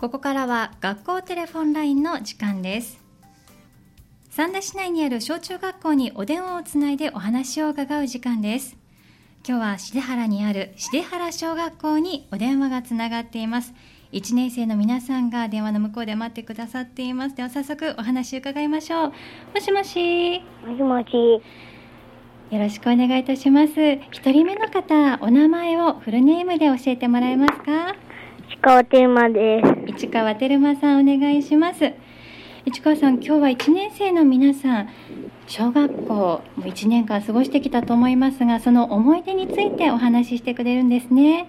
ここからは学校テレフォンラインの時間です三田市内にある小中学校にお電話をつないでお話を伺う時間です今日は重原にある重原小学校にお電話がつながっています1年生の皆さんが電話の向こうで待ってくださっていますでは早速お話伺いましょうもしもしよもしもし、ろしくお願いいたします一人目の方お名前をフルネームで教えてもらえますか石川テーマです。市川テルマさんお願いします市川さん今日は1年生の皆さん小学校もう1年間過ごしてきたと思いますがその思い出についてお話ししてくれるんですね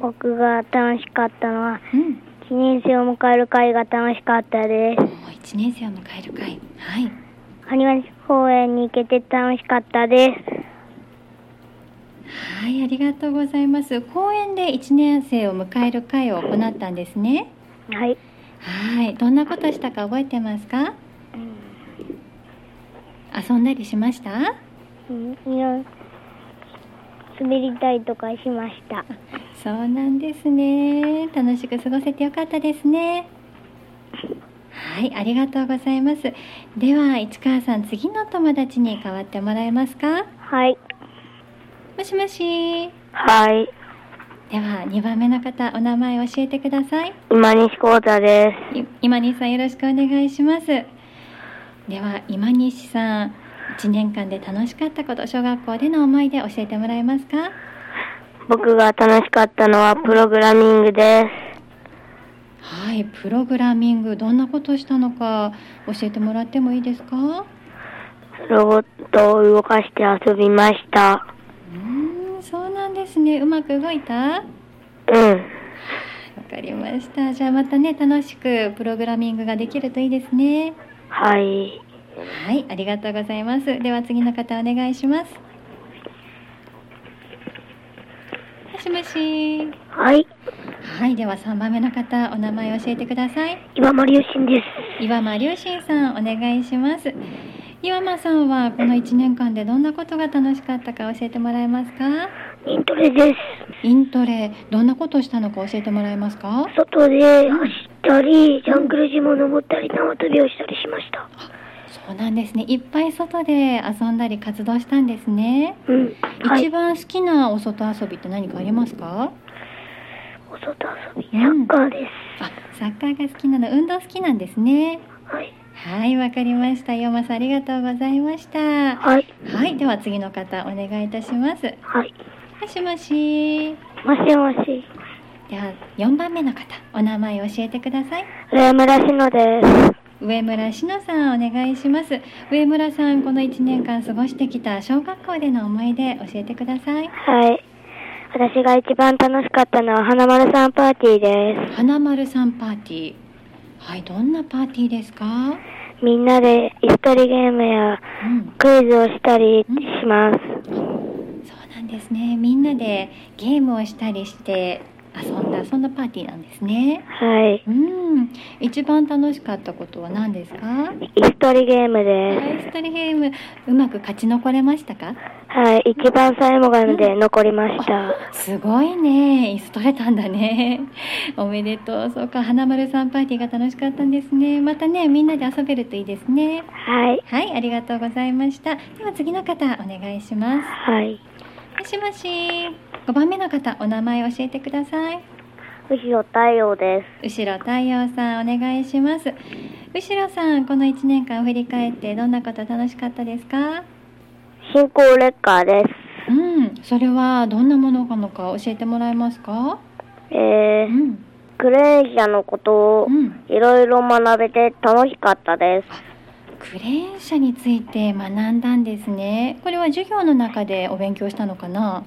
僕が楽しかったのは、うん1年生を迎える会が楽しかったです。もう1年生を迎える会はい埴輪公園に行けて楽しかったです。はいありがとうございます公園で1年生を迎える会を行ったんですねはい。はいどんなことしたか覚えてますか遊んだりしましたうん、いろん滑り台とかしました。そうなんですね。楽しく過ごせてよかったですね。はい、ありがとうございます。では、市川さん、次の友達に代わってもらえますかはい。もしもし。はい。では、2番目の方、お名前教えてください。今西光太でい今西さん、よろしくお願いします。では、今西さん、1年間で楽しかったこと、小学校での思い出教えてもらえますかす。僕が楽しかったのはプログラミングです。はい、プログラミング、どんなことしたのか教えてもらってもいいですかロボットを動かして遊びました。うーん、そうなんですね。うまく動いた。わうん。かりました。じゃあまたね楽しくプログラミングができるといいですね。はい。はい、ありがとうございます。では次の方お願いします。もしもし。はい。はい、では3番目の方お名前教えてください。今森吉信です。岩間隆信さんお願いします。岩間さんはこの1年間でどんなことが楽しかったか教えてもらえますかイントレです。イントレどんなことをしたのか教えてもらえますか外で走ったり、ジャングルジムを登ったり、縄跳びをしたりしました。そうなんですね。いっぱい外で遊んだり活動したんですね。うん。はい一。番好きなお外遊びって何かありますか？お外遊び、サうんッカーです。あ、サッカーが好きなの、運動好きなんですね。はい。はい、わかりました。ヨマさんありがとうございました。ははい。い、では次の方お願いいたします。はい。もしもし。もしもし。では4番目の方、お名前教えてください。上村しのです。上村しのさんお願いします。上村さん、この1年間過ごしてきた小学校での思い出教えてください。はい。私が一番楽しかったのは花丸さんパーティーで花丸さんパーティーはいどんなパーティーですかす。みんなで椅子取りゲームやうんクイズをしたりします。そうなんですねみんなでゲームをしたりして遊んだそんなパーティーなんですねはい。うん一番楽しかったことは何ですか椅子取りゲームです。アイストリーゲームうまく勝ち残れましたかはい、一番最後まで残りました。すごいね椅子取れたんだねおめでとうそうか花丸さんパーティーが楽しかったんですねまたねみんなで遊べるといいですねはい、はいありがとうございましたでは次の方お願いしますはい。もしもし。五番目の方、お名前教えてください。後ろ太陽で後ろ太陽さん、お願いします。後ろさん、この一年間を振り返って、どんなこと楽しかったですか。す。進行レッカーでうん、それはどんなものなのか、教えてもらえますか。す。えう、ん、クレーン車のことをうん。いろいろ学べて楽しかったです。クレーン車について学んだんですね。これは授業の中でお勉強したのかな。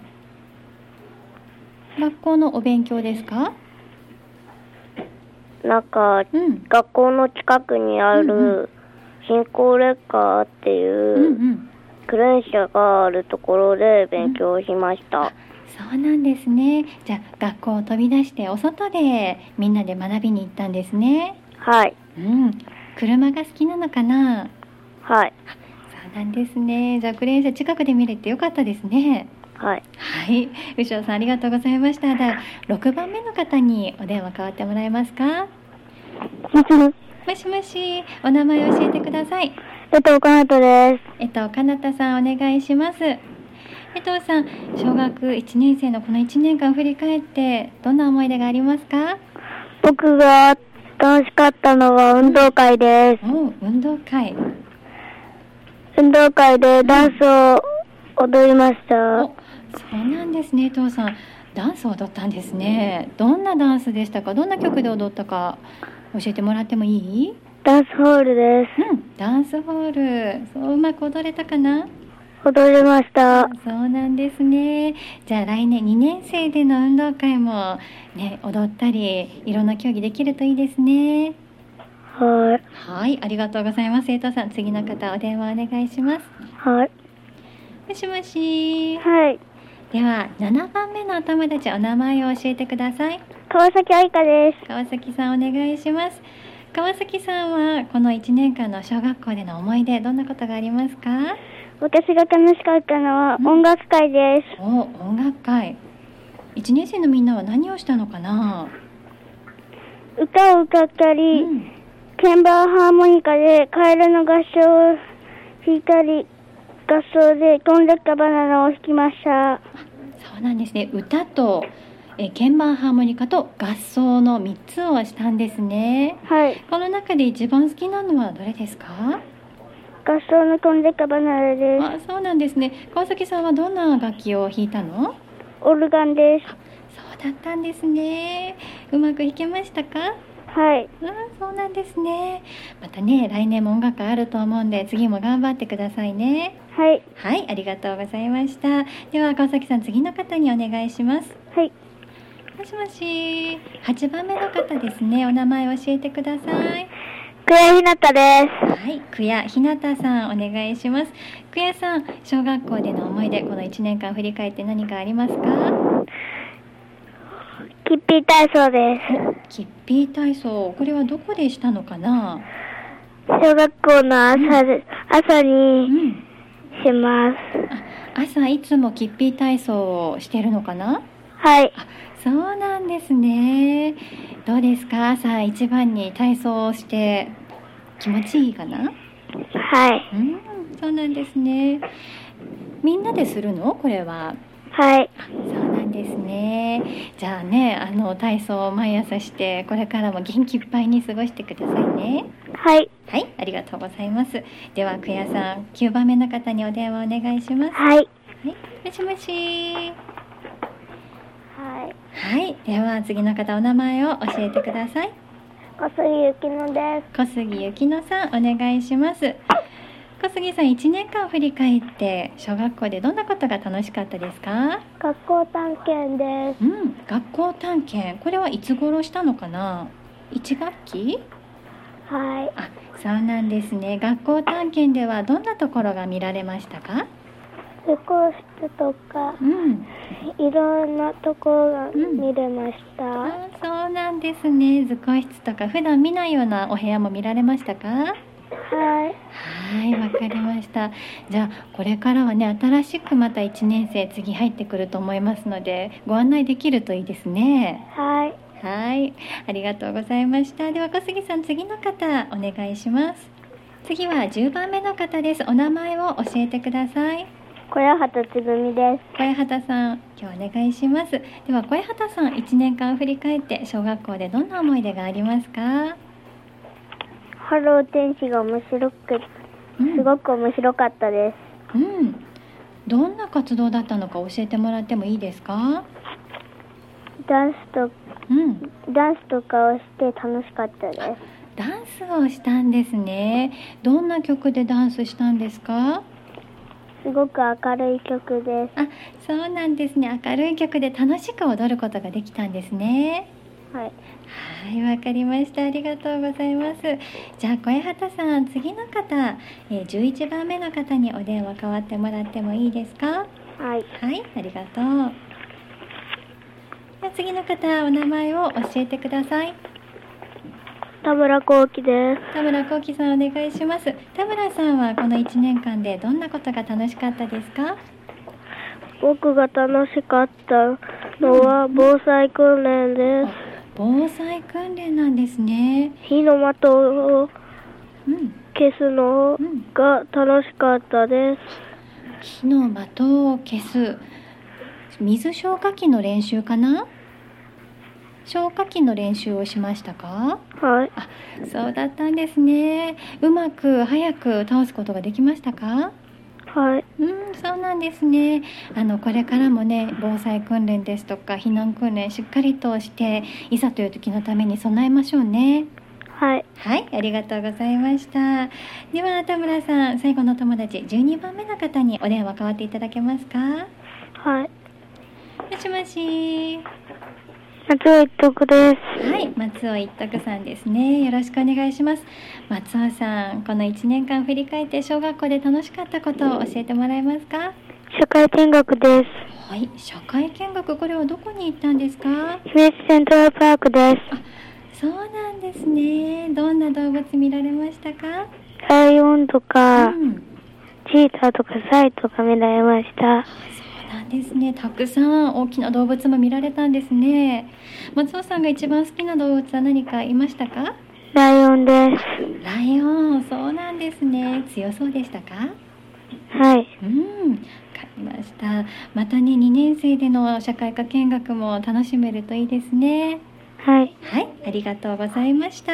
学校のお勉強ですか。なんか、うん。学校の近くにあうんうる進行レッカーってうんう。いうんクレーン車があるところで勉強しました。そうなんですね。じゃあ学校を飛び出してお外でみんなで学びに行ったんですね。はい、うん。車が好きなのかな。はい、そうなんですね。じゃあクレーン車近くで見れてよかったですね。 はい。はい、牛尾さんありがとうございました。では、6番目の方にお電話代わってもらえますか。もしもし、もしもし、お名前を教えてください。えっと、岡本です。えっと、かなたさんお願いします。江藤さん、小学1年生のこの1年間を振り返って、どんな思い出がありますか僕が楽しかったのは運動会です。おう運動会。運動会でダンスを踊りましたお。、そうなんですね、江藤さん。ダンスを踊ったんですね。どんなダンスでしたかどんな曲で踊ったか教えてもらってもいいダンスホールでうん、ダンスホール。そううまく踊れたかなす。踊りました。そうなんですね。じゃあ来年2年生での運動会もね、踊ったり、いろんな競技できるといいですね。はい。はい、ありがとうございます。江藤さん、次の方お電話お願いします。はい。もしもし。はい。では、7番目のお友達、お名前を教えてください。川崎愛香です。川崎さん、お願いします。川崎さんは、この1年間の小学校での思い出、どんなことがありますか私が楽しかったのは音楽会でお、音楽会。1年生のみんなは何をしたのかな、す。歌を歌ったうり、ん、鍵盤ハーモニカでカエルの合唱を弾いたり、合奏で飛んでったバナナを弾きました。そうなんですね。歌と、えー鍵盤ハーモニカと合奏の3つをしたんですね。はい。この中で一番好きなのはどれですか合奏の飛んでったバナナであそうなんですね川崎さんはどんな楽器を弾いたのす。オルガンです。そうだったんですねうまく弾けましたかはい。あそうなんですねまたね来年も音楽あると思うんで次も頑張ってくださいねはい。はいありがとうございましたでは川崎さん次の方にお願いしますはい。もしもし8番目の方ですねお名前を教えてくださいくやひなたではい、くやひなたさんお願いします。くやさん、小学校での思い出、この1年間振り返って何かありますか？す。キッピー体操できっぴー体操、これはどこでしたのかな？す。小学校の朝で、朝うにん。します。あ、朝いつもきっぴー体操をしてるのかな？はい。あ、そうなんですね。どうですか？朝一番に体操をして気持ちいいかな？はい。うん、そうなんですね。みんなでするの？これは。はい。そうなんですね。じゃあね、あの体操を毎朝して、これからも元気いっぱいに過ごしてくださいね。はい。はい、ありがとうございます。では、くやさん、9番目の方にお電話お願いします。ははい。い、もしもし。はい。はい、では、次の方、お名前を教えてください。小杉ゆきので小杉ゆきのさん、お願いします。小杉さん、1年間を振り返って、小学校でどんなことが楽しかったですか。す。学校探検です。うん、学校探検、これはいつ頃したのかな。一学期。はい。あ、そうなんですね。学校探検ではどんなところが見られましたか。図工室とか、うん、いろんなところがうん見れました。あ、そうなんですね。図工室とか普段見ないようなお部屋も見られましたか。はい。はい、わかりました。じゃあこれからはね、新しくまた1年生次入ってくると思いますので、ご案内できるといいですね。はい。はい、ありがとうございました。では小杉さん、次の方お願いします。次は10番目の方です。お名前を教えてください。小屋畑つぐみです。小江畑さん、今日お願いします。では小江畑さん、1年間を振り返って小学校でどんな思い出がありますか？ハロー天使が面白く、うんすごく面白かったです。うん。どんな活動だったのか教えてもらってもいいですか？ダンスとうん。ダンスとかをして楽しかったです。ダンスをしたんですね。どんな曲でダンスしたんですか？すごく明るい曲であ、そうなんですね。明るい曲で楽しく踊ることができたんですね。す。はい。はい、わかりました。ありがとうございます。じゃあ、小江畑さん、次の方、えー11番目の方にお電話代わってもらってもいいですかはい。はい、ありがとう。じゃあ次の方、お名前を教えてください。田村幸喜です。田村幸喜さん、お願いします。田村さんは、この1年間でどんなことが楽しかったですか僕が楽しかったのは防災訓練で防災訓練なんですね。す。火の的をうん。消すのが楽しかったです。火の的を消す。水消火器の練習かな。消火器の練習をしましたか。はい。あ、そうだったんですね。うまく早く倒すことができましたか。はい。うん、そうなんですね。あのこれからもね、防災訓練ですとか避難訓練しっかりとして、いざという時のために備えましょうね。はい。はい、ありがとうございました。では田村さん、最後のお友達12番目の方にお電話代わっていただけますか。はい。もしもし。夏一徳です。はい、松尾一徳さんですね。よろしくお願いします。松尾さん、この1年間振り返って小学校で楽しかったことを教えてもらえますか。社会見学です。はい、社会見学これはどこに行ったんですか。姫路セントラルパークです。そうなんですね。どんな動物見られましたか。ライオンとか、うん、チーターとかサイとか見られました。そうなんですね。たくさん大きな動物も見られたんですね。松尾さんが一番好きな動物は何かいましたか。ライオンです。ライオン、そうなんですね。強そうでしたか。はうい。ん、わかりました。またね、2年生での社会科見学も楽しめるといいですね。はい。はい、ありがとうございました。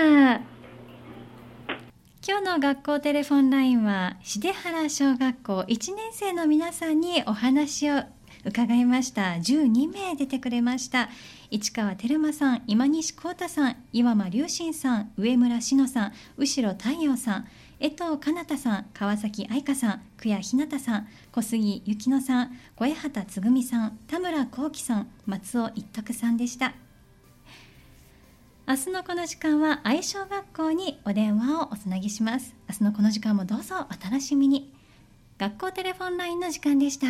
今日の学校テレフォンラインは、重原小学校1年生の皆さんにお話を伺いました。12名出てくれました。市川照馬さん、今西幸太さん、岩間隆信さん、上村志乃さん、後呂太陽さん、江藤かなたさん、川崎愛香さん、久谷ひなたさん、小杉ゆきのさん、小江畑つぐみさん、田村幸喜さん、松尾一徳さんでした。明日のこの時間は愛小学校にお電話をおつなぎします明日のこの時間もどうぞお楽しみに学校テレフォンラインの時間でした